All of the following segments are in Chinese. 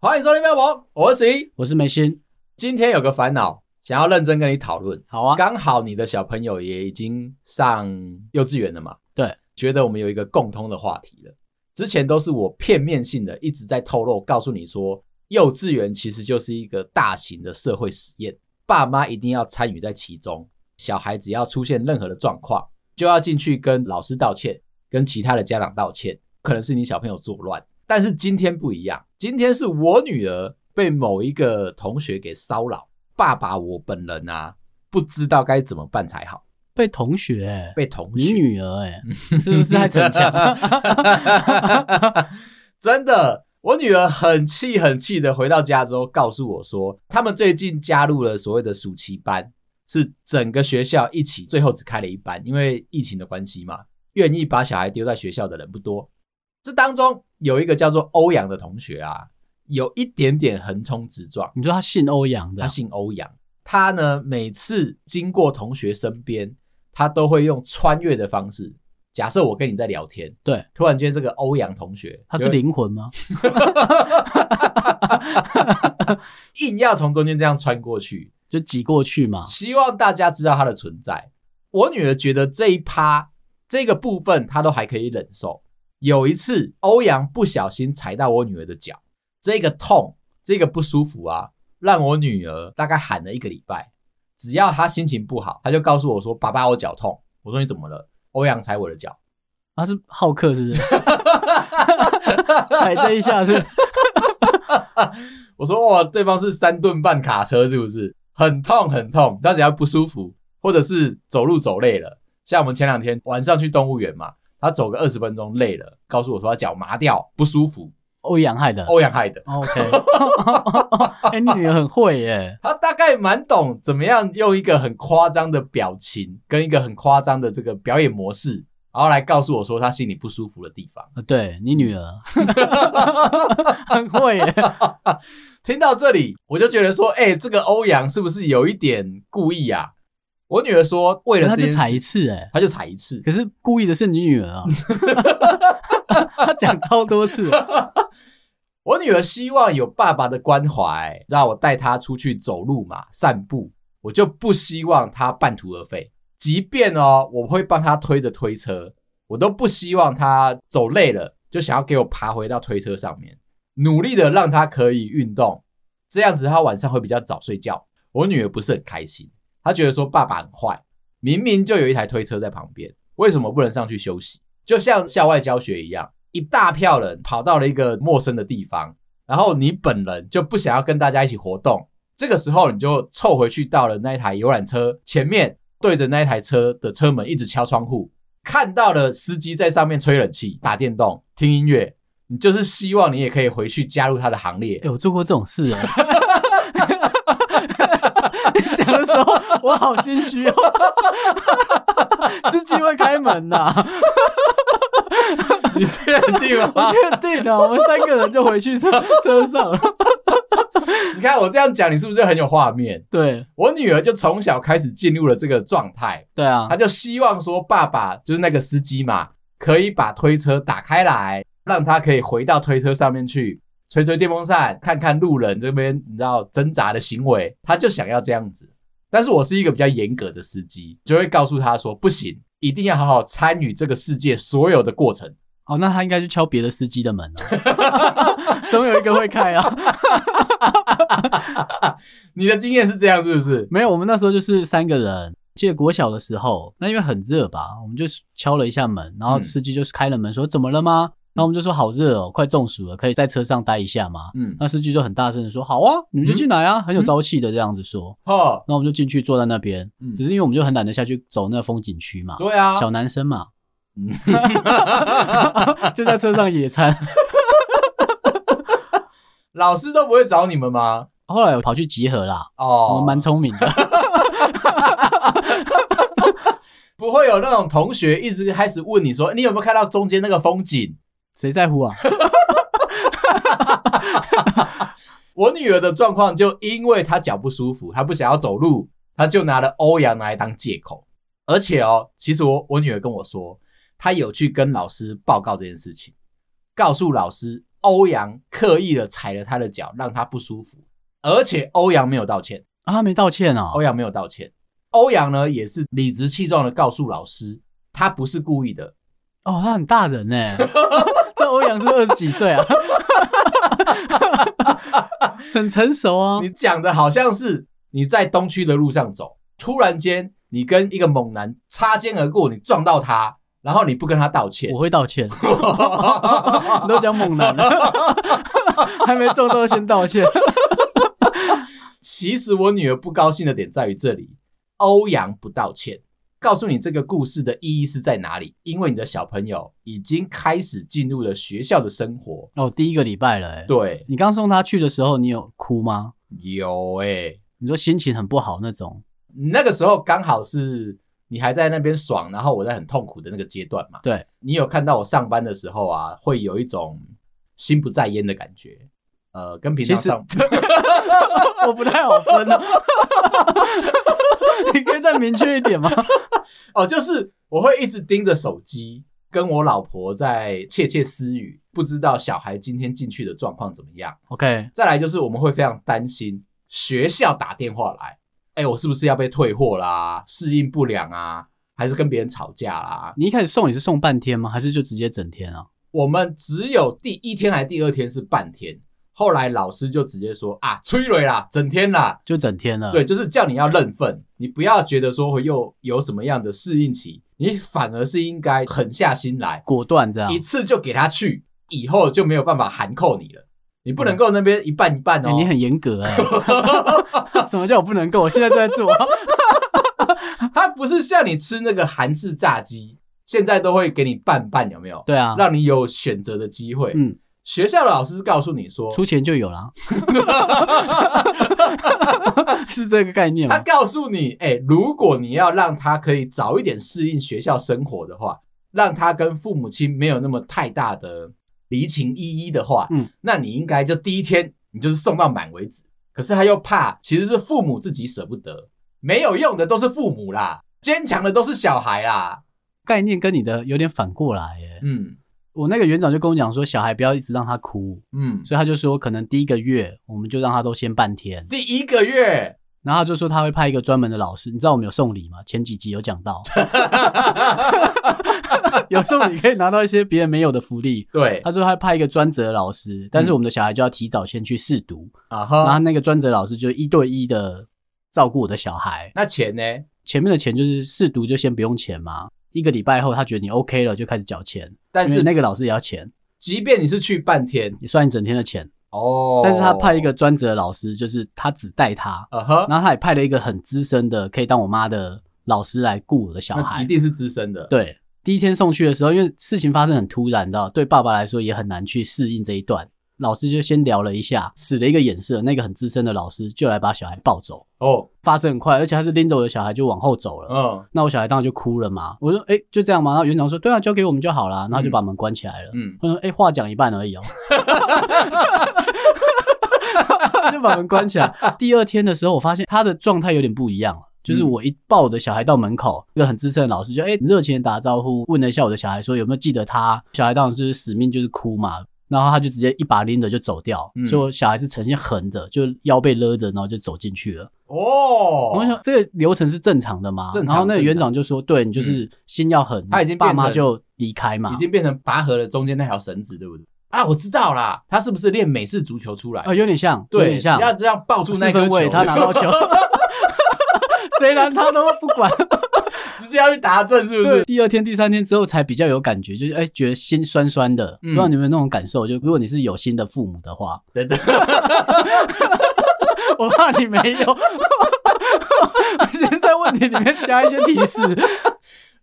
欢迎收听《喵博》，我是十一。我是梅心，今天有个烦恼，想要认真跟你讨论。好啊，刚好你的小朋友也已经上幼稚园了嘛？对，觉得我们有一个共通的话题了。之前都是我片面性的一直在透露，告诉你说，幼稚园其实就是一个大型的社会实验，爸妈一定要参与在其中。小孩只要出现任何的状况，就要进去跟老师道歉，跟其他的家长道歉，可能是你小朋友作乱。但是今天不一样，今天是我女儿被某一个同学给骚扰，爸爸我本人啊不知道该怎么办才好。被同学、欸，被同你学女儿、欸，嗯是不是在逞 强？ 真的，我女儿很气很气的回到家之后，告诉我说，他们最近加入了所谓的暑期班，是整个学校一起，最后只开了一班，因为疫情的关系嘛，愿意把小孩丢在学校的人不多。这当中有一个叫做欧阳的同学啊，有一点点横冲直撞，你说他姓欧阳的啊他，姓欧阳，他呢每次经过同学身边，他都会用穿越的方式。假设我跟你在聊天，对，突然间这个欧阳同学，他就是会灵魂吗？ 硬要从中间这样穿过去，就挤过去嘛。希望大家知道他的存在。我女儿觉得这一趴这个部分她都还可以忍受。有一次，欧阳不小心踩到我女儿的脚，这个痛，这个不舒服啊，让我女儿大概喊了一个礼拜。只要她心情不好，她就告诉我说：“爸爸，我脚痛。”我说：“你怎么了？”欧阳踩我的脚。他是好 客是不是？踩这一下是不是我说哇，对方是三吨半卡车，是不是很痛很痛？他只要不舒服，或者是走路走累了，像我们前两天晚上去动物园嘛，他走个二十分钟累了，告诉我说他脚麻掉不舒服，欧阳害的。哦欧阳害的。 OK，哎，你女儿很会欸耶，他大概蛮懂怎么样用一个很夸张的表情跟一个很夸张的这个表演模式，然后来告诉我说他心里不舒服的地方。呃对你女 儿很会欸耶。听到这里，我就觉得说，哎、这个欧阳是不是有一点故意啊？我女儿说，为了他这件就事踩一次哎，他就踩一次，可是故意的是你女儿 啊。他讲超多次，我女儿希望有爸爸的关怀，让我带她出去走路嘛，散步。我就不希望她半途而废，即便哦，我会帮她推着推车，我都不希望她走累了就想要给我爬回到推车上面，努力的让她可以运动，这样子她晚上会比较早睡觉。我女儿不是很开心，她觉得说爸爸很坏，明明就有一台推车在旁边，为什么不能上去休息？就像校外教学一样，一大票人跑到了一个陌生的地方，然后你本人就不想要跟大家一起活动，这个时候你就凑回去到了那一台游览车前面，对着那一台车的车门一直敲窗户，看到了司机在上面吹冷气、打电动、听音乐，你就是希望你也可以回去加入他的行列哎、。我做过这种事哎、 你讲的时候，我好心虚哦。司机会开门呐、你确定我吗？确定啊了，我们三个人就回去车车上了。你看我这样讲，你是不是很有画面？对我女儿就从小开始进入了这个状态，对啊他，就希望说爸爸就是那个司机嘛，可以把推车打开来，让他可以回到推车上面去吹吹电风扇，看看路人这边你知道挣扎的行为，他就想要这样子。但是我是一个比较严格的司机，就会告诉他说不行，一定要好好参与这个世界所有的过程。哦，那他应该去敲别的司机的门了， 总有一个会开啊。你的经验是这样是不是？没有，我们那时候就是三个人。记得国小的时候，那因为很热吧，我们就敲了一下门，然后嗯司机就是开了门说：“怎么了吗？”然后我们就说：“好热哦，快中暑了，可以在车上待一下吗？”嗯，那司机就很大声的说：“好啊，你们就进来啊！”很有朝气的这样子说。哦，那我们就进去坐在那边，嗯只是因为我们就很懒得下去走那个风景区嘛，对啊，嗯小男生嘛， 就在车上 野餐。老师都不会找你们吗？后来我跑去集合啦，我哦们，蛮聪明 的，不会有那种同学一直开始问你说你有没有看到中啊间那个风景？谁在乎啊？我女儿的状况就因为她脚不舒服，她不想要走路，她就拿了欧阳拿来当借口。而且哦，其实我我女儿跟我说，她有去跟老师报告这件事情，告诉老师欧阳刻意的踩了她的脚，让她不舒服。而且欧阳没有道歉，啊，他没道歉哦欧。阳没有道歉。欧阳呢也是理直气壮的告诉老师，他不是故意的，哦，他很大 人呢。这欧阳是二十几岁啊，很成熟啊。你讲的好像是你在东区的路上走，突然间你跟一个猛男擦肩而过，你撞到他，然后你不跟他道歉我，会道歉，你都讲猛男了，还没中到先道歉。 其实我女儿不高兴的点在于这里，欧阳不道歉。告诉你这个故事的意义是在哪里？因为你的小朋友已经开始进入了学校的生活。哦，第一个礼拜了、欸，对，你刚送他去的时候，你有哭吗？有欸诶、你说心情很不好那种，那个时候刚好是你还在那边爽，然后我在很痛苦的那个阶段嘛。对，你有看到我上班的时候啊，会有一种心不在焉的感觉。呃，跟平常其实 上， 我不太好分哦。 你可以再明确一点吗？哦，就是我会一直盯着手机，跟我老婆在窃窃私语，不知道小孩今天进去的状况怎么样。 OK，再来就是我们会非常担心学校打电话来，哎、我是不是要被退货啦？适应不良啊，还是跟别人吵架啊啦？你一开始送也是送半天吗？还是就直接整天啊？我们只有第一天还是第二天是半天，后来老师就直接说啊，催泪啦，整天啦，就整天了。对，，就是叫你要认份，你不要觉得说会又有什么样的适应期，你反而是应该狠下心来，果断这样一。次就给他去，以后就没有办法函扣你了。你不能够那边一半一半哦，欸你很严格嗯哎、 什么叫我不能够？我现在就在 做。他不是像你吃那个韩式炸鸡，现在都会给你拌拌，有没有？对啊，让你有选择的机会。嗯，学校的老师告诉你说，出钱就有啦， 是这个概念他吗？告诉你，哎、如果你要让他可以早一点适应学校生活的话，让他跟父母亲没有那么太大的离情依依的话，嗯，那你应该就第一天你就是送到满为止。可是他又怕，其实是父母自己舍不得，没有用的都是父母啦，坚强的都是小孩啦。概念跟你的有点反过来耶、嗯我那个园长就跟我讲说，小孩不要一直让他哭，嗯，所以他就说，可能第一个月我们就让他都先半天，第一个月， 然后他就说他会派一个专门的老师。你知道我们有送礼吗？前几集有讲到， 有送礼可以拿到一些别人没有的福利。对他说他派一个专责的老师，但是我们的小孩就要提早先去试读，啊然后哈，那个专责老师就一对一的照顾我的小孩，那钱呢？前面的钱就是试读就先不用钱嘛，一个礼拜后他觉得你 OK 了就开始缴钱，但因为是那个老师也要钱，即便你是去半天也算一整天的钱，哦，但是他派一个专责的老师，就是他只带他，啊 哈，然后他也派了一个很资深的可以当我妈的老师来顾我的小那一孩，定是资深的，对。第一天送去的时候，因为事情发生很突然，你知道，对爸爸来说也很难去适应这一段。老师就先聊了一下，使了一个眼色，那个很资深的老师就来把小孩抱走。哦，发生很快，而且他是拎着我的小孩就往后走了。嗯那我小孩当然就哭了嘛。我说，哎、就这样嘛。然后园长说，对啊，交给我们就好啦。然后就把门关起来了。嗯，他说，哎、话讲一半而已哦。 就把门关起来。第二天的时候，我发现他的状态有点不一样了。嗯就是我一抱我的小孩到门口，一个很资深的老师就哎热、情的打招呼，问了一下我的小孩说有没有记得他。小孩当然就是死命就是哭嘛，然后他就直接一把拎着就走掉，嗯所以我小孩是呈现横着，就腰被勒着，然后就走进去了。哦，我想这个流程是正常的吗？正常嗯然后那个园长就说：“对你就是心要狠，他已经变爸成妈就离开嘛已。经变成拔河的中间那条绳子，对不对？啊，我知道啦，他是不是练美式足球出来？”呃，有点像，有对，点像。要这样抱住那四颗分球卫，他拿到球，谁拦他都不 管。 直接要去打正，是不对，是？第二天、第三天之后才比较有感觉，就是哎，觉得心酸酸的。嗯不知道你们有没有那种感受？就如果你是有心的父母的话， 对 对，我怕你没有。 我先在问题里面加一些提示。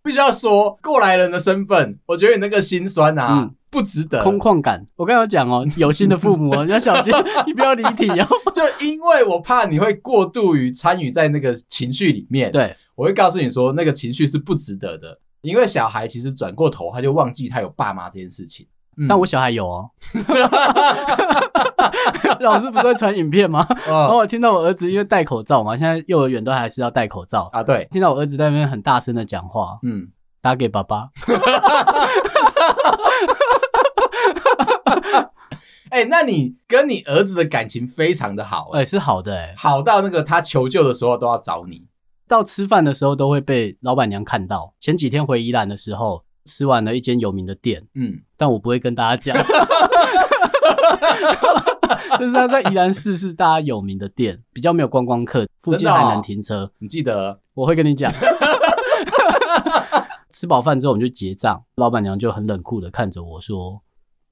必须要说过来人的身份，我觉得你那个心酸啊嗯，不值得。空旷感。我刚刚有讲哦，有心的父母哦，你 要小心，你不要离题哦。就因为我怕你会过度于参与在那个情绪里面，对，我会告诉你说，那个情绪是不值得的，因为小孩其实转过头他就忘记他有爸妈这件事情。嗯但我小孩有哦。 老师不是会传影片吗？然后哦我听到我儿子因为戴口罩嘛，现在幼儿园都还是要戴口罩。啊，对，听到我儿子在那边很大声的讲话，嗯，打给爸爸，哎、那你跟你儿子的感情非常的好、哎、哎、是好的哎、好到那个他求救的时候都要找你，到吃饭的时候都会被老板娘看到。前几天回宜兰的时候，吃完了一间有名的店，嗯，但我不会跟大家讲， 就是他在宜兰市是大家有名的店，比较没有观光客，附真近的哦还能停车。你记得，我会跟你讲。 吃饱饭之后我们就结账，老板娘就很冷酷的看着我说：“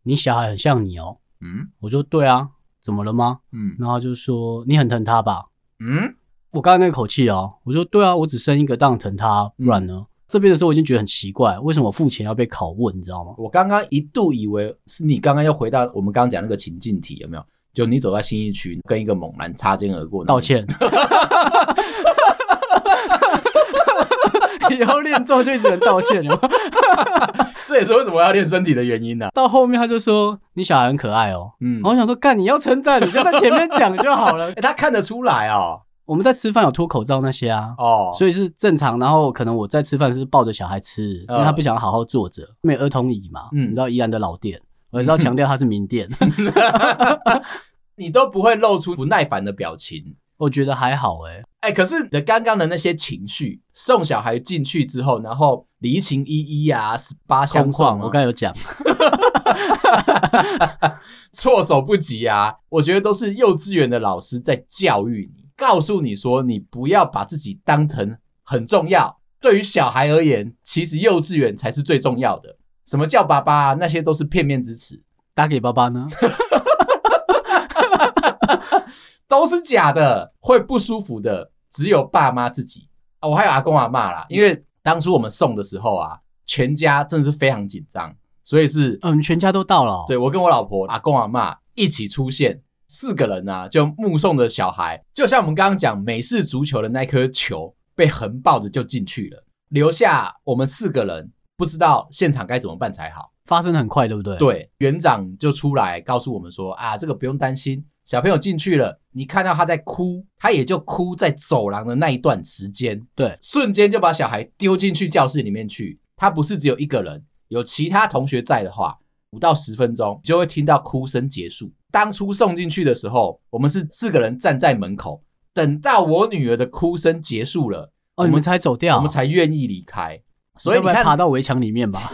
你小孩很像你哦。嗯”我说：“对啊，怎么了吗嗯？”然后她就说：“你很疼他吧？”嗯，我刚才那个口气哦，我说对啊，我只生一个当然疼他，不然呢？这边的时候我已经觉得很奇怪，为什么我付钱要被拷问，你知道吗？我刚刚一度以为是你刚刚又回到我们刚刚讲那个情境题，有没有？就你走在新一区，跟一个猛男擦肩而过，道，歉。 以后练之后就一直很道歉有没有这也是为什么要练身体的原因呢、到后面他就说你小孩很可爱哦，嗯然后我想说干你要称赞你就在前面讲就好了 哎、。他看得出来哦，我们在吃饭有脱口罩那些啊，哦，所以是正常。然后可能我在吃饭是抱着小孩吃，因为他不想好好坐着，没有儿童椅嘛。嗯你知道宜兰的老店，我还是要强 调它是名店。你都不会露出不耐烦的表情。我觉得还好哎、哎、可是你的刚刚的那些情绪，送小孩进去之后，然后离情依依啊，十八相相送、况啊，我刚才有讲，措手不及啊！我觉得都是幼稚园的老师在教育你，告诉你说你不要把自己当成很重要。对于小孩而言，其实幼稚园才是最重要的。什么叫爸爸、啊？那些都是片面之词，打给爸 爸呢？都是假的，会不舒服的只有爸妈自己啊。我还有阿公阿嬷啦，因为当初我们送的时候啊，全家真的是非常紧张，所以是嗯，全家都到了、对，我跟我老婆、阿公、阿嬷一起出现，四个人啊，就目送着小孩，就像我们刚刚讲美式足球的那颗球被横抱着就进去了，留下我们四个人不知道现场该怎么办才好。发生的很快，对不对？，哦对，园长就出来告诉我们说啊，这个不用担心，小朋友进去了，你看到他在哭，他也就哭在走廊的那一段时间，对，瞬间就把小孩丢进去教室里面去。他不是只有一个人，有其他同学在的话，五到十分钟就会听到哭声结束。当初送进去的时候，我们是四个人站在门口，等到我女儿的哭声结束了，我哦，们你们才走掉，我们才愿意离开。所以你你该不会看，爬到围墙里面吧？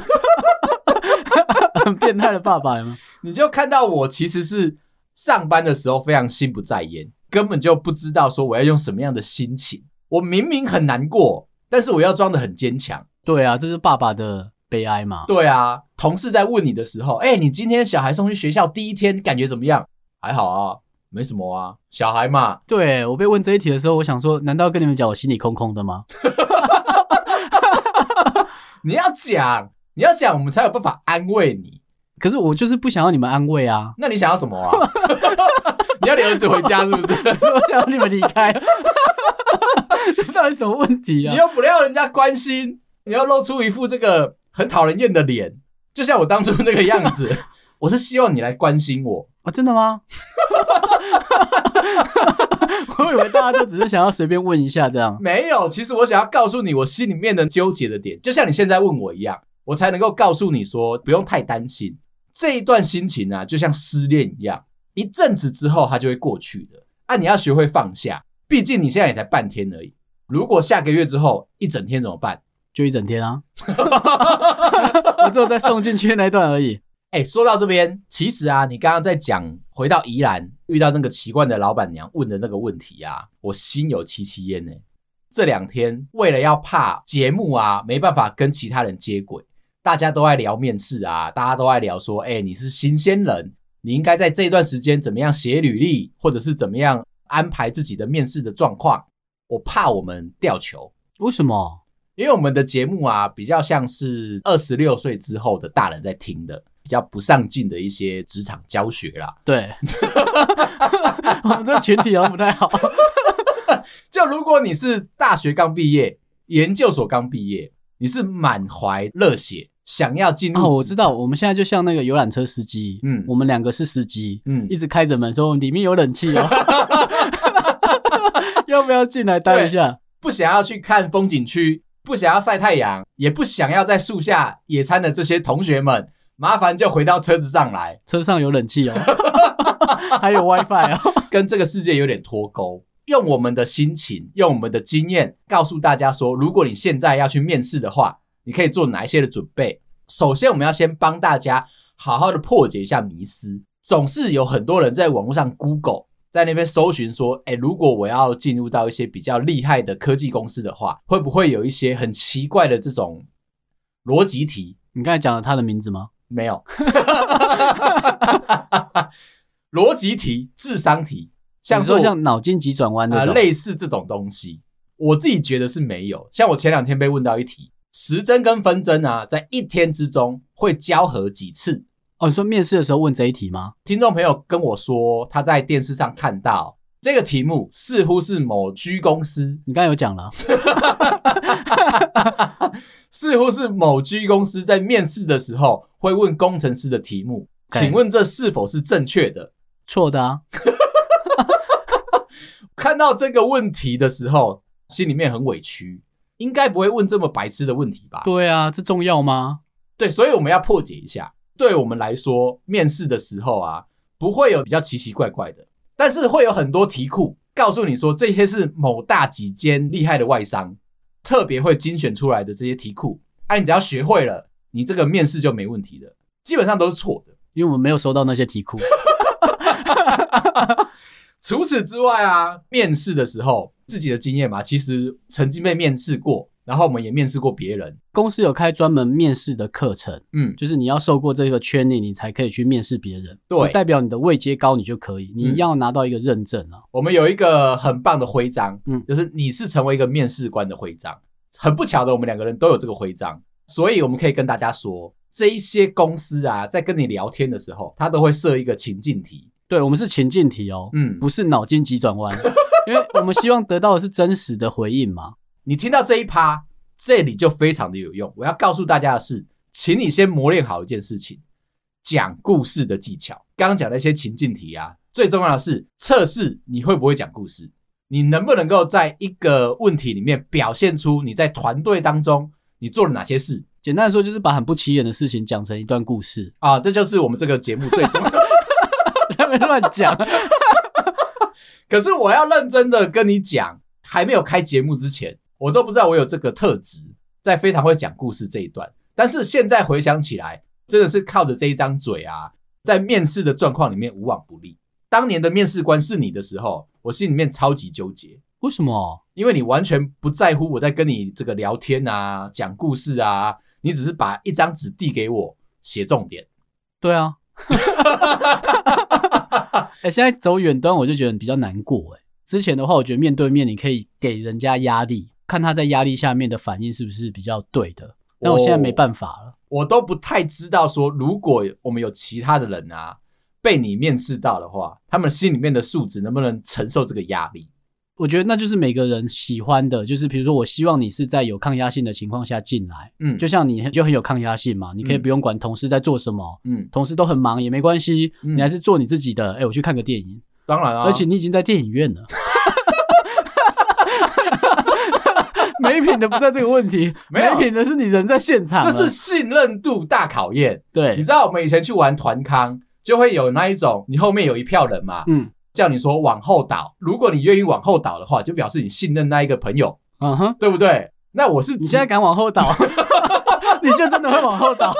很变态的爸爸有没有你就看到我其实是上班的时候非常心不在焉，根本就不知道说我要用什么样的心情。我明明很难过，但是我要装的很坚强。对啊，这是爸爸的悲哀嘛。对啊，同事在问你的时候，哎、你今天小孩送去学校第一天感觉怎么样？还好啊，没什么啊，小孩嘛。对我被问这一题的时候，我想说，难道跟你们讲我心里空空的吗？你要讲，你要讲，我们才有办法安慰你。可是我就是不想要你们安慰啊，那你想要什么啊？ 你要你儿子回家是不是？所以我想要你们离开。 这到底什么问题你啊？又不要人家关心，你要露出一副这个很讨人厌的脸，就像我当初那个样子。 我是希望你来关心我，啊，真的吗？ 我以为大家都只是想要随便问一下这样。没有。其实我想要告诉你我心里面的纠结的点，就像你现在问我一样，我才能够告诉你说不用太担心。这一段心情啊，就像失恋一样，一阵子之后它就会过去的。啊，你要学会放下，毕竟你现在也才半天而已。如果下个月之后一整天怎么办？就一整天啊。 我只有在送进去那一段而已。哎、说到这边，其实啊，你刚刚在讲回到宜兰遇到那个奇怪的老板娘问的那个问题啊，我心有戚戚焉呢、这两天为了要怕节目啊没办法跟其他人接轨，大家都在聊面试啊，大家都在聊说，哎、你是新鲜人，你应该在这段时间怎么样写履历，或者是怎么样安排自己的面试的状况。我怕我们掉球，为什么？因为我们的节目啊，比较像是二十六岁之后的大人在听的，比较不上进的一些职场教学啦。对， 我们这群体好像不太 好。就如果你是大学刚毕业、研究所刚毕业，你是满怀热血，想要进入哦，我职知道，场，我们现在就像那个游览车司机，嗯嗯，我们两个是司机，嗯一直开着门说里面有冷气哦， 要不要进来待一下？不想要去看风景区，不想要晒太阳，也不想要在树下野餐的这些同学们，麻烦就回到车子上来，车上有冷 气哦，还有 WiFi 哦，跟这个世界有点脱钩。用我们的心情，用我们的经验，告诉大家说，如果你现在要去面试的话，你可以做哪一些的准备？首先，我们要先帮大家好好的破解一下迷思。总是有很多人在网络上 Google，在那边搜寻说，哎、如果我要进入到一些比较厉害的科技公司的话，会不会有一些很奇怪的这种逻辑题？你刚才讲了他的名字吗？没有，逻辑题、智商题，像你是我说像脑筋急转弯那呃种，类似这种东西，我自己觉得是没有。像我前两天被问到一题，时针跟分针啊，在一天之中会交合几次？哦，你说面试的时候问这一题吗？听众朋友跟我说，他在电视上看到这个题目，似乎是某居公司， 你刚才有讲了，似乎是某居公司在面试的时候会问工程师的题目，对请问这是否是正确的？错的啊，看到这个问题的时候，心里面很委屈，应该不会问这么白痴的问题吧？对啊，这重要吗？对，所以我们要破解一下。对我们来说，面试的时候啊，不会有比较奇奇怪怪的，但是会有很多题库告诉你说这些是某大几间厉害的外商特别会精选出来的这些题库，哎、你只要学会了，你这个面试就没问题了，基本上都是错的。因为我们没有收到那些 题库，除此之外啊，面试的时候自己的经验嘛，其实曾经被面试过，然后我们也面试过别人，公司有开专门面试的课程，嗯，就是你要受过这个 training，你才可以去面试别人，对嗯不代表你的位阶高你就可以，你一样拿到一个认证啊。我们有一个很棒的徽章，嗯嗯，就是你是成为一个面试官的徽章。很不巧的，我们两个人都有这个徽章，所以我们可以跟大家说，这一些公司啊，在跟你聊天的时候，他都会设一个情境题，对，我们是情境题哦，嗯，不是脑筋急 转弯，因为我们希望得到的是真实的回应嘛。你听到这一趴，这里就非常的有用。我要告诉大家的是，请你先磨练好一件事情——讲故事的技巧。刚刚讲的一些情境题啊，最重要的是测试你会不会讲故事，你能不能够在一个问题里面表现出你在团队当中你做了哪些事简单来说，就是把很不起眼的事情讲成一段故事， 啊？这就是我们这个节目最重要。他们乱讲。 可是我要认真的跟你讲，还没有开节目之前，我都不知道我有这个特质，在非常会讲故事这一段。但是现在回想起来，真的是靠着这一张嘴啊，在面试的状况里面无往不利。当年的面试官是你的时候，我心里面超级纠结，为什么？因为你完全不在乎我在跟你这个聊天啊、讲故事啊，你只是把一张纸递给我写重点。对啊。 哎、现在走远端我就觉得比较难过哎、之前的话，我觉得面对面你可以给人家压力，看他在压力下面的反应是不是比较对的。但我现在没法。办法了，我都不太知道说，如果我们有其他的人啊被你面试到的话，他们心里面的素质能不能承受这个压力？我觉得那就是每个人喜欢的，就是比如说，我希望你是在有抗压性的情况下进来，嗯，就像你就很有抗压性嘛，你可以嗯不用管同事在做什么，嗯，同事都很忙也没关系，嗯你还是做你自己的。哎、我去看个电影，当然啊，而且你已经在电影院了。 没品的不在这个问题， 没有品的是你人在现场了，这是信任度大考验。你对知，道我们以前去玩团康，就会有那一种，你后面有一票人嘛，嗯叫你说往后倒，如果你愿意往后倒的话，就表示你信任那一个朋友，嗯哼，对不对？那我是你现在敢往 后倒，你就真的会往后倒。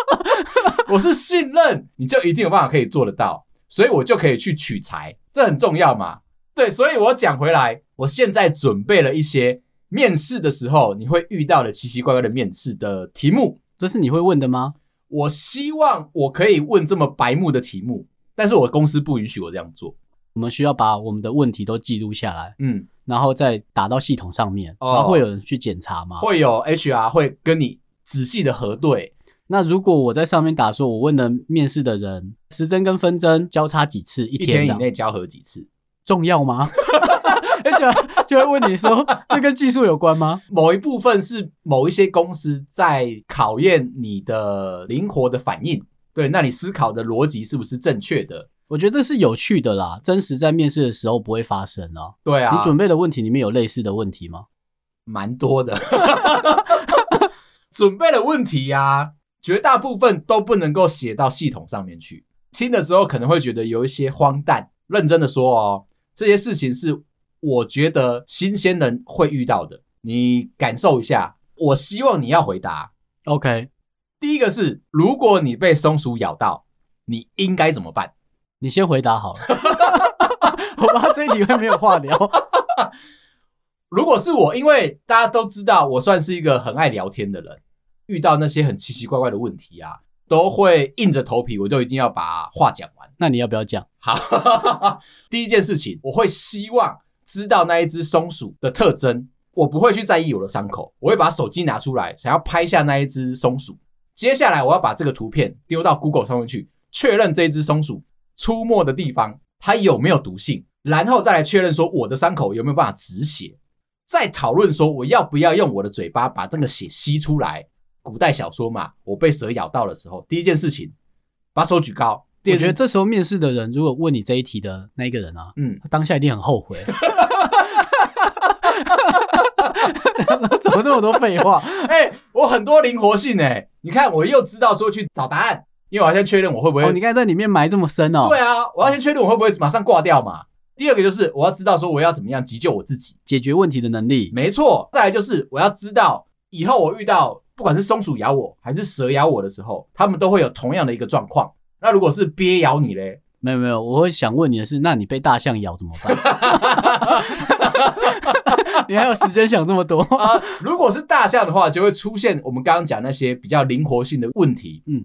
我是信任，你就一定有办法可以做得到，所以我就可以去取材，这很重要嘛。对，所以我讲回来，我现在准备了一些面试的时候你会遇到的奇奇怪怪的面试的题目。这是你会问的吗？我希望我可以问这么白目的题目，但是我公司不允许我这样做。我们需要把我们的问题都记录下来，嗯，然后再打到系统上面，哦然后会有人去检查吗？会有 HR 会跟你仔细的核对，那如果我在上面打说，我问了面试的人时针跟分针交叉几次，一一天天以的内交合几次。重要吗？ 而且就会问你说，这跟技术有关吗？某一部分是某一些公司在考验你的灵活的反应，对，那你思考的逻辑是不是正确的？我觉得这是有趣的啦，真实在面试的时候不会发生啊。对啊，你准备的问题里面有类似的问题吗？蛮多的， 准备的问题呀、绝大部分都不能够写到系统上面去。听的时候可能会觉得有一些荒诞，认真的说哦，这些事情是我觉得新鲜人会遇到的，你感受一下。我希望你要回答。 OK，第一个是，如果你被松鼠咬到，你应该怎么办？你先回 答好了。我怕这一题会没有话聊。如果是我，因为大家都知道我算是一个很爱聊天的人，遇到那些很奇奇怪怪的问题啊，都会硬着头皮，我都一定要把话讲完。那你要不要讲？好， 第一件事情，我会希望知道那一只松鼠的特征，我不会去在意我的伤口，我会把手机拿出来，想要拍下那一只松鼠。接下来，我要把这个图片丢到 Google 上面去，确认这一只松鼠出没的地方，它有没有毒性，然后再来确认说我的伤口有没有办法止血，再讨论说我要不要用我的嘴巴把这个血吸出来。古代小说嘛，我被蛇咬到的时候，第一件事情把手举高。第我二觉件得这时候面试的人，如果问你这一题的那一个人啊，嗯，他当下一定很后悔。 怎么这么多废话？ 哎、我很多灵活性哎、你看我又知道说去找答案，因为我要先确认我会不会、哦，你刚才在里面埋这么深哦。对，啊，我要先确认我会不会马上挂掉嘛。第二个就是我要知道说我要怎么样急救我自己，解决问题的能力。没错。再来就是我要知道以后我遇到不管是松鼠咬我还是蛇咬我的时候，他们都会有同样的一个状况。那如果是鳖咬你嘞，没有没有，我会想问你的是，那你被大象咬怎么 办？你还有时间想这么多？啊，如果是大象的话，就会出现我们刚刚讲那些比较灵活性的问题。嗯，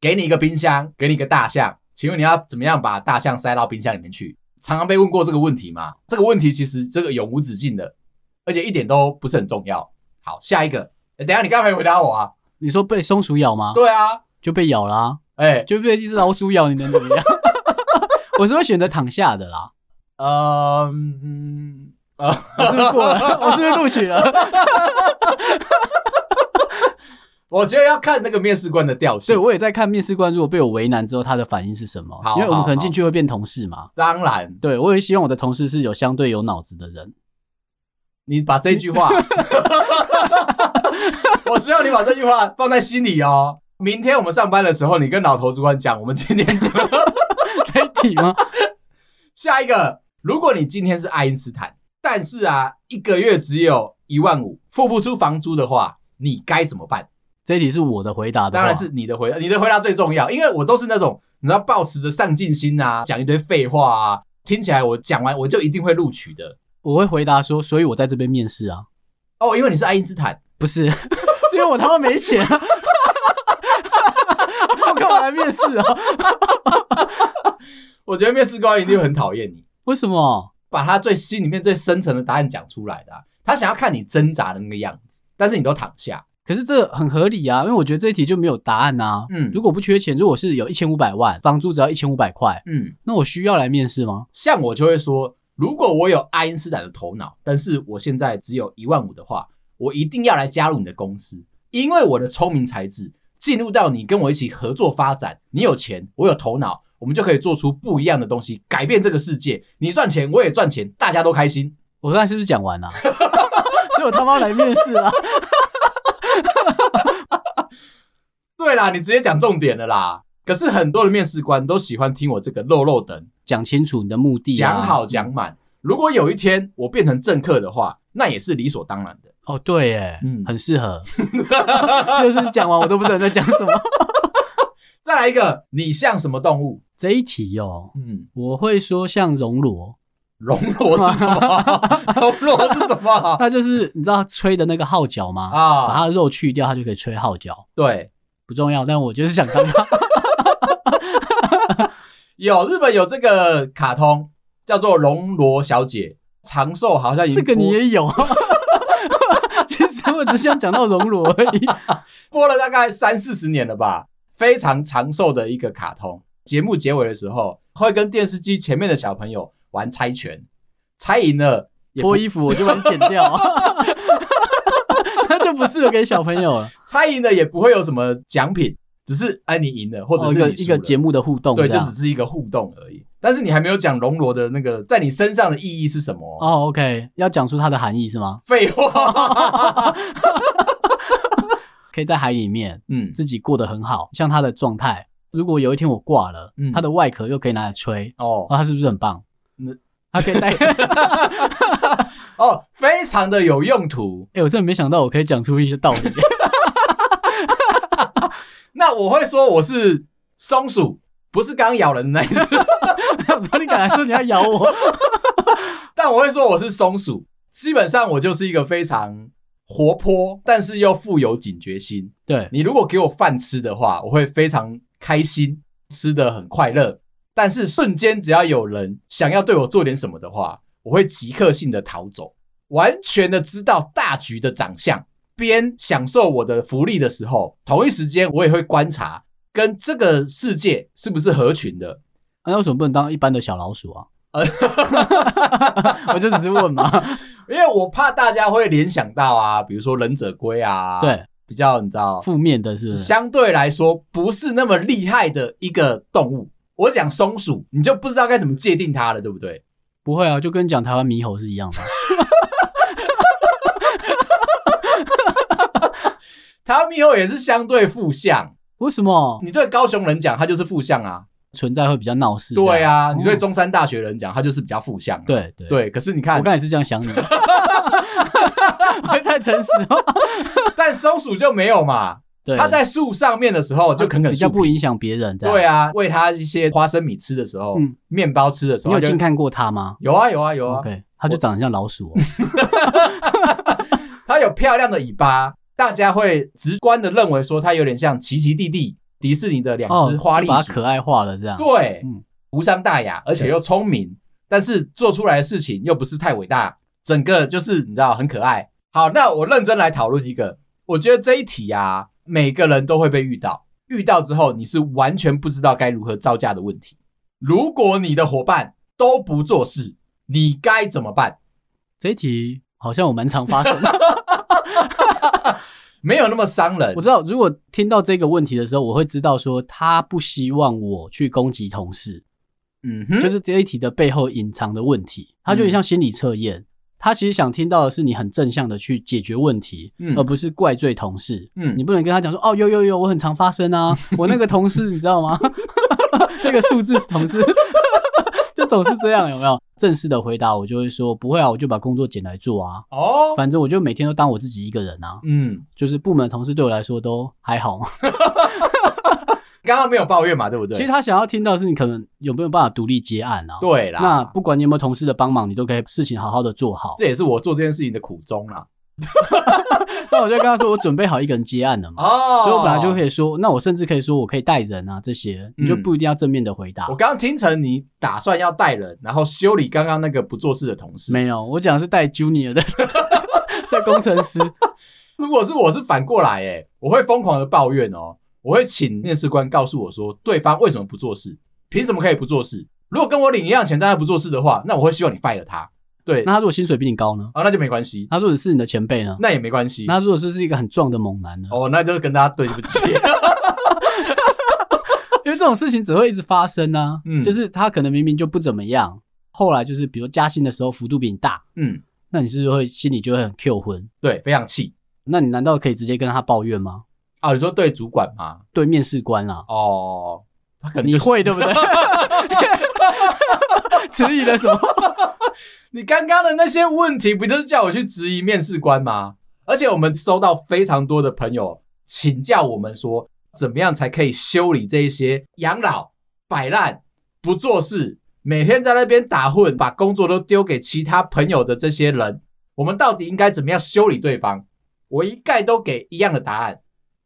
给你一个冰箱，给你一个大象，请问你要怎么样把大象塞到冰箱里面去？常常被问过这个问题嘛？这个问题其实这个永无止境的，而且一点都不是很重要。好，下一个，诶等一下你刚才没回答我啊？你说被松鼠咬吗？对啊，就被咬啦、哎、就被一只老鼠咬，你能怎么样？ 我是会选择躺下的啦。呃嗯呃，我是不是 过了？我是不是录取了？我觉得要看那个面试官的调性对，。我也在看面试官，如果被我为难之后，他的反应是什么？好因为我们好可能进好去会变同事嘛。当然，对，我也希望我的同事是有相对有脑子的人。 你把这句话，我希望你把这句话放在心里哦。明天我们上班的时候，你跟老头主管讲，我们今天讲在一起吗？下一个。如果你今天是爱因斯坦，但是啊，一个月只有一万五，付不出房租的话，你该怎么办？这一题是我的回答的话，当然是你的回答，你的回答最重要，因为我都是那种你知道，抱持着上进心啊，讲一堆废话啊，听起来我讲完我就一定会录取的我会回答说，所以我在这边面试啊，哦，因为你是爱因斯坦。不是， 是因为我他妈没钱啊。 我干嘛来面试啊？我觉得面试官一定会很讨厌你。为什么？把他最心里面最深层的答案讲出来的啊、他想要看你挣扎的那个样子，但是你都躺下。可是这很合理啊，因为我觉得这一题就没有答案啊。嗯如果不缺钱，如果是有一千五百万，房租只要一千五百块，嗯，那我需要来面试吗？像我就会说，如果我有爱因斯坦的头脑，但是我现在只有一万五的话，我一定要来加入你的公司，因为我的聪明才智进入到你跟我一起合作发展。你有钱，我有头脑，我们就可以做出不一样的东西，改变这个世界。你赚钱，我也赚钱，大家都开心。我刚才是不是讲 完了、所以我他妈来面试啊！对啦，你直接讲重点了啦。可是很多的面试官都喜欢听我这个肉肉等。讲清楚你的目的、啊，讲好讲满。如果有一天我变成政客的话，那也是理所当然的。哦，对，哎，嗯很适合， 就是讲完我都不知道你在讲什么。 再来一个，你像什么动物？这一题哦，嗯，我会说像熔炉，龙螺是什 么？龙螺是什 么？它就是你知道吹的那个号角吗？把啊，它的肉去掉，它就可以吹号角，对，不重要。但我就是想当它。有日本有这个卡通叫做《龙螺小姐》，长寿好 像已这经个你播也有。 其实我只想讲到熔炉而已。播了大概三四十年了吧，非常长寿的一个卡通。节目结尾的时候，会跟电视机前面的小朋友玩猜拳，猜赢了 也不脱衣服我就把你剪掉、 啊，那就不适合给小朋友了。猜赢了也不会有什么奖品，只是哎你赢了，或者哦，一是个你一输了个节目的互动这对，样，就只是一个互动而已。但是你还没有讲龙罗的那个在你身上的意义是什么哦？哦，OK，要讲出它的含义是吗？废 话，可以在海里面嗯，自己过得很好，像它的状态，如果有一天我挂了嗯，它的外壳又可以拿来吹，哦哦，它是不是很棒那？它可以带，哎、哦，非常的有用途。哎我真的没想到我可以讲出一些道理。 那我会说我是松鼠，不是刚咬人的那一 只，我说你敢来说你要咬我？但我会说我是松鼠。基本上我就是一个非常活泼，但是又富有警觉心。对，你如果给我饭吃的话，我会非常开心，吃的很快乐。但是瞬间只要有人想要对我做点什么的话，我会即刻性的逃走，完全的知道大局的长相。边享受我的福利的时候，同一时间我也会观察跟这个世界是不是合群的。啊那为什么不能当一般的小老鼠啊？ 我就只是问嘛。因为我怕大家会联想到啊，比如说忍者龟啊，，对，比较你知道负面的是不是相对来说不是那么厉害的一个动物。我讲松鼠，你就不知道该怎么界定它了，对不对？不会啊，就跟讲台湾猕猴是一样的。台湾猕猴也是相对负向，为什么你对高雄人讲它就是负向啊，存在会比较闹事？对啊，啊，你对哦中山大学人讲它就是比较负向、啊，对对，对。可是你我看，刚才是这样想你的。 我会太诚实了。 但松鼠就没有嘛，对，它在树上面的时候就啃啃比较树不皮，影响别人，这样对。啊，喂它一些花生米吃的时候，嗯面包吃的时你候，有它就近看过它吗有啊有啊有啊， ？OK，它就长得像老鼠哦。它有漂亮的尾巴，大家会直观的认为说它有点像奇奇弟弟迪士尼的两哦，只花栗就把它鼠，可爱化了这样。对，嗯无伤大雅，而且又聪明，但是做出来的事情又不是太伟大，整个就是你知道很可爱。好，那我认真来讨论一个，我觉得这一题啊，每个人都会被遇到，遇到之后你是完全不知道该如何招架的问题。如果你的伙伴都不做事，你该怎么办？这一题好像我蛮常发生的。没有那么伤人我，知道，如果听到这个问题的时候，我会知道说他不希望我去攻击同事，嗯哼，就是这一题的背后隐藏的问题。它就很像心理测嗯验，他其实想听到的是你很正向的去解决问题，嗯而不是怪罪同事。嗯你不能跟他讲说哦，有有有，我很常发生 啊，我那个同事你知道吗？ 那个数字同事 就总是这样，有没有？正式的回答我就会说不会啊，我就把工作捡来做啊，哦，反正我就每天都当我自己一个人啊，嗯，就是部门的同事对我来说都还好嘛。刚刚没有抱怨嘛，对不对？其实他想要听到的是你可能有没有办法独立接案啊？，对啦，那不管你有没有同事的帮忙，你都可以事情好好的 做好。这也是我做这件事情的苦衷啦。那我就跟他说，我准备好一个人接案了嘛，哦，所以我本来就可以说，那我甚至可以说我可以带人啊这些，嗯你就不一定要正面的回答我。刚刚听成你打算要带人，然后修理刚刚那个不做事的同事。没有，我讲的是带 junior 的 的工程 师，如果是我是反过来，哎，我会疯狂的抱怨哦，我会请面试官告诉我说，对方为什么不做事，凭什么可以不做事？如果跟我领一样钱，但他不做事的话，那我会希望你 fire 他。对，那他如果薪水比你高呢？啊，那就没关系，他如果是你的前辈呢？那也没关系。那如果是是一个很壮的猛男呢？嗯哦，那就跟大家对不 起。因为这种事情只会一直发生啊。嗯就是他可能明明就不怎么样，后来就是比如加薪的时候幅度比你大，嗯，那你是不是会心里就会很 Q 魂？对，非常气那你难道可以直接跟他抱怨吗？啊！你说对主管吗？对面试官啦、哦，他可能你就是会对 不对？迟疑了什么？你刚刚的那些问题，不就是叫我去质疑面试官吗？而且我们收到非常多的朋友请教我们说，怎么样才可以修理这一些养老、摆烂、不做事、每天在那边打混、把工作都丢给其他朋友的这些人？我们到底应该怎么样修理对方？我一概都给一样的答案，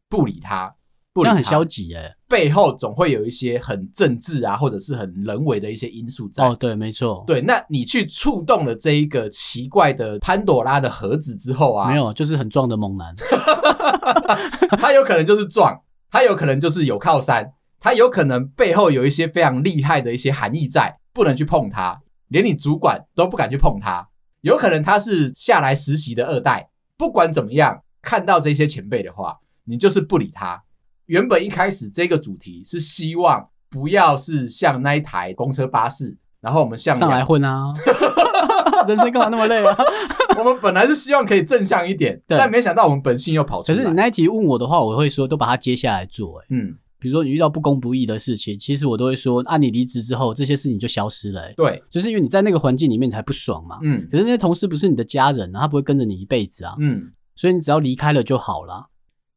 不理他，不这理他。样很消极哎、背后总会有一些很政治啊，或者是很人为的一些因素在。哦，对，没错，对，那你去触动了这一个奇怪的潘朵拉的盒子之后啊，没，有，就是很壮的猛男。他有可能就是壮，他有可能就是有靠山，他有可能背后有一些非常厉害的一些含义在，不能去碰它。连你主管都不敢去碰他。有可能他是下来实习的二代，不管怎么样，看到这些前辈的话，你就是不理他。原本一开始这个主题是希望不要是像那一台公车巴士，然后我们向上来阳，混啊！ 人生干嘛那么 累啊？ 我们本来是希望可以正向一点，对但没想到我们本性又跑出可来。是你那一题问我的话，我会说都把它接下来做、欸。嗯，比如说你遇到不公不义的事情，其实我都会说，啊，你离职之后这些事情就消失了、欸，对，就是因为你在那个环境里面你才不爽嘛。嗯可是那些同事不是你的家人啊，他不会跟着你一辈子啊，嗯。所以你只要离开了就好啦。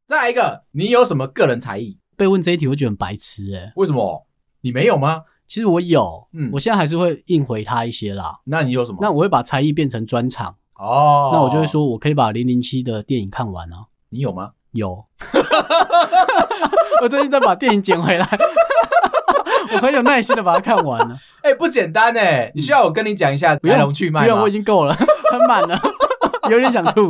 再来一个，你有什么个人才艺？被问这一题，我觉得很白痴哎、欸。为什么你没有吗？其实我有，嗯我现在还是会硬回他一些啦。那你有什么？那我会把才艺变成专长，哦，那我就会说，我可以把零零七的电影看完啊。你有吗？ 有， 我最近在把电影捡回来， 我很有耐心的把它看完了。哎、不简单哎，你需要我跟你讲一下不用来龙去脉不用，吗我已经够了， 很满了，有点想吐。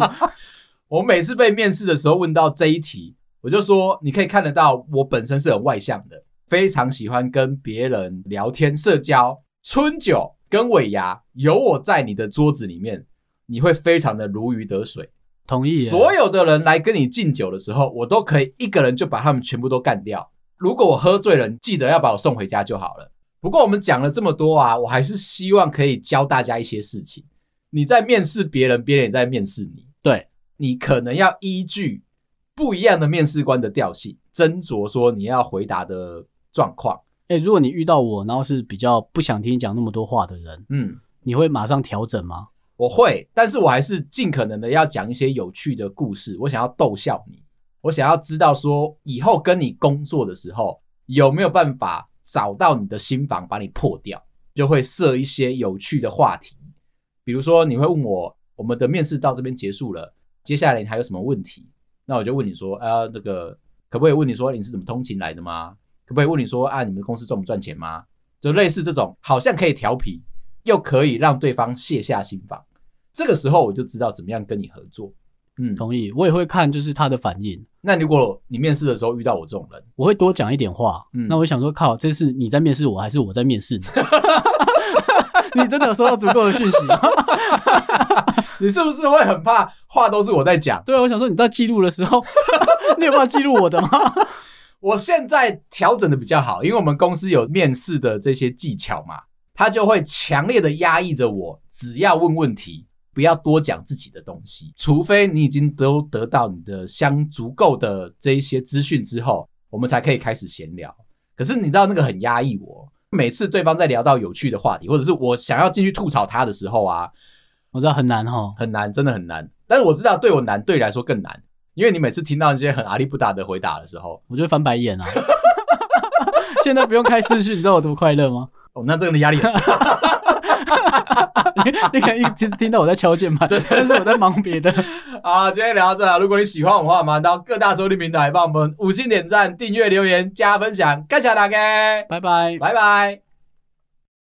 我每次被面试的时候问到这一题，我就说你可以看得到，我本身是很外向的，非常喜欢跟别人聊天社交。春酒跟尾牙有我在你的桌子里面，你会非常的如鱼得水。同意耶，所有的人来跟你敬酒的时候，我都可以一个人就把他们全部都干掉。如果我喝醉了，你记得要把我送回家就好了。不过我们讲了这么多啊，我还是希望可以教大家一些事情。你在面试别人，别人也在面试你。对，你可能要依据不一样的面试官的调性，斟酌说你要回答的状况。哎、如果你遇到我，然后是比较不想听你讲那么多话的人，嗯，你会马上调整吗？我会，但是我还是尽可能的要讲一些有趣的故事，我想要逗笑你，我想要知道说以后跟你工作的时候有没有办法找到你的心房把你破掉，就会设一些有趣的话题，比如说你会问我我们的面试到这边结束了，接下来你还有什么问题？那我就问你说，呃，那个可不可以问你说你是怎么通勤来的吗？可不可以问你说啊，你们公司赚不赚钱吗？就类似这种，好像可以调皮，又可以让对方卸下心防。这个时候我就知道怎么样跟你合作。嗯，同意，我也会看就是他的反应，那如果你面试的时候遇到我这种人，我会多讲一点话。嗯那我想说，靠，这是你在面试我，还是我在面试你？ 你真的有收到足够的讯息吗？ 你是不是会很怕话都是我在讲？对啊，我想说你在记录的时候， 你有办法记录我的吗？ 我现在调整的比较好，因为我们公司有面试的这些技巧嘛，他就会强烈的压抑着我，只要问问题，不要多讲自己的东西，除非你已经都得到你的相足够的这一些资讯之后，我们才可以开始闲聊。可是你知道那个很压抑我，每次对方在聊到有趣的话题，或者是我想要继续吐槽他的时候啊，我知道很难哈，很难，真的很难。但是我知道对我难，对你来说更难，因为你每次听到一些很阿力不达的回答的时候，我就会翻白眼啊。 现在不用开视讯，你知道我多快乐吗？ 哦，那这个人压力很大。你你可能一直听到我在敲键盘，但是我在忙别的。 好，今天聊到这啊了。如果你喜欢我们的话，麻烦到各大收听平台帮我们五星点赞、订阅、留言、加分享，感谢大家，拜拜。拜拜。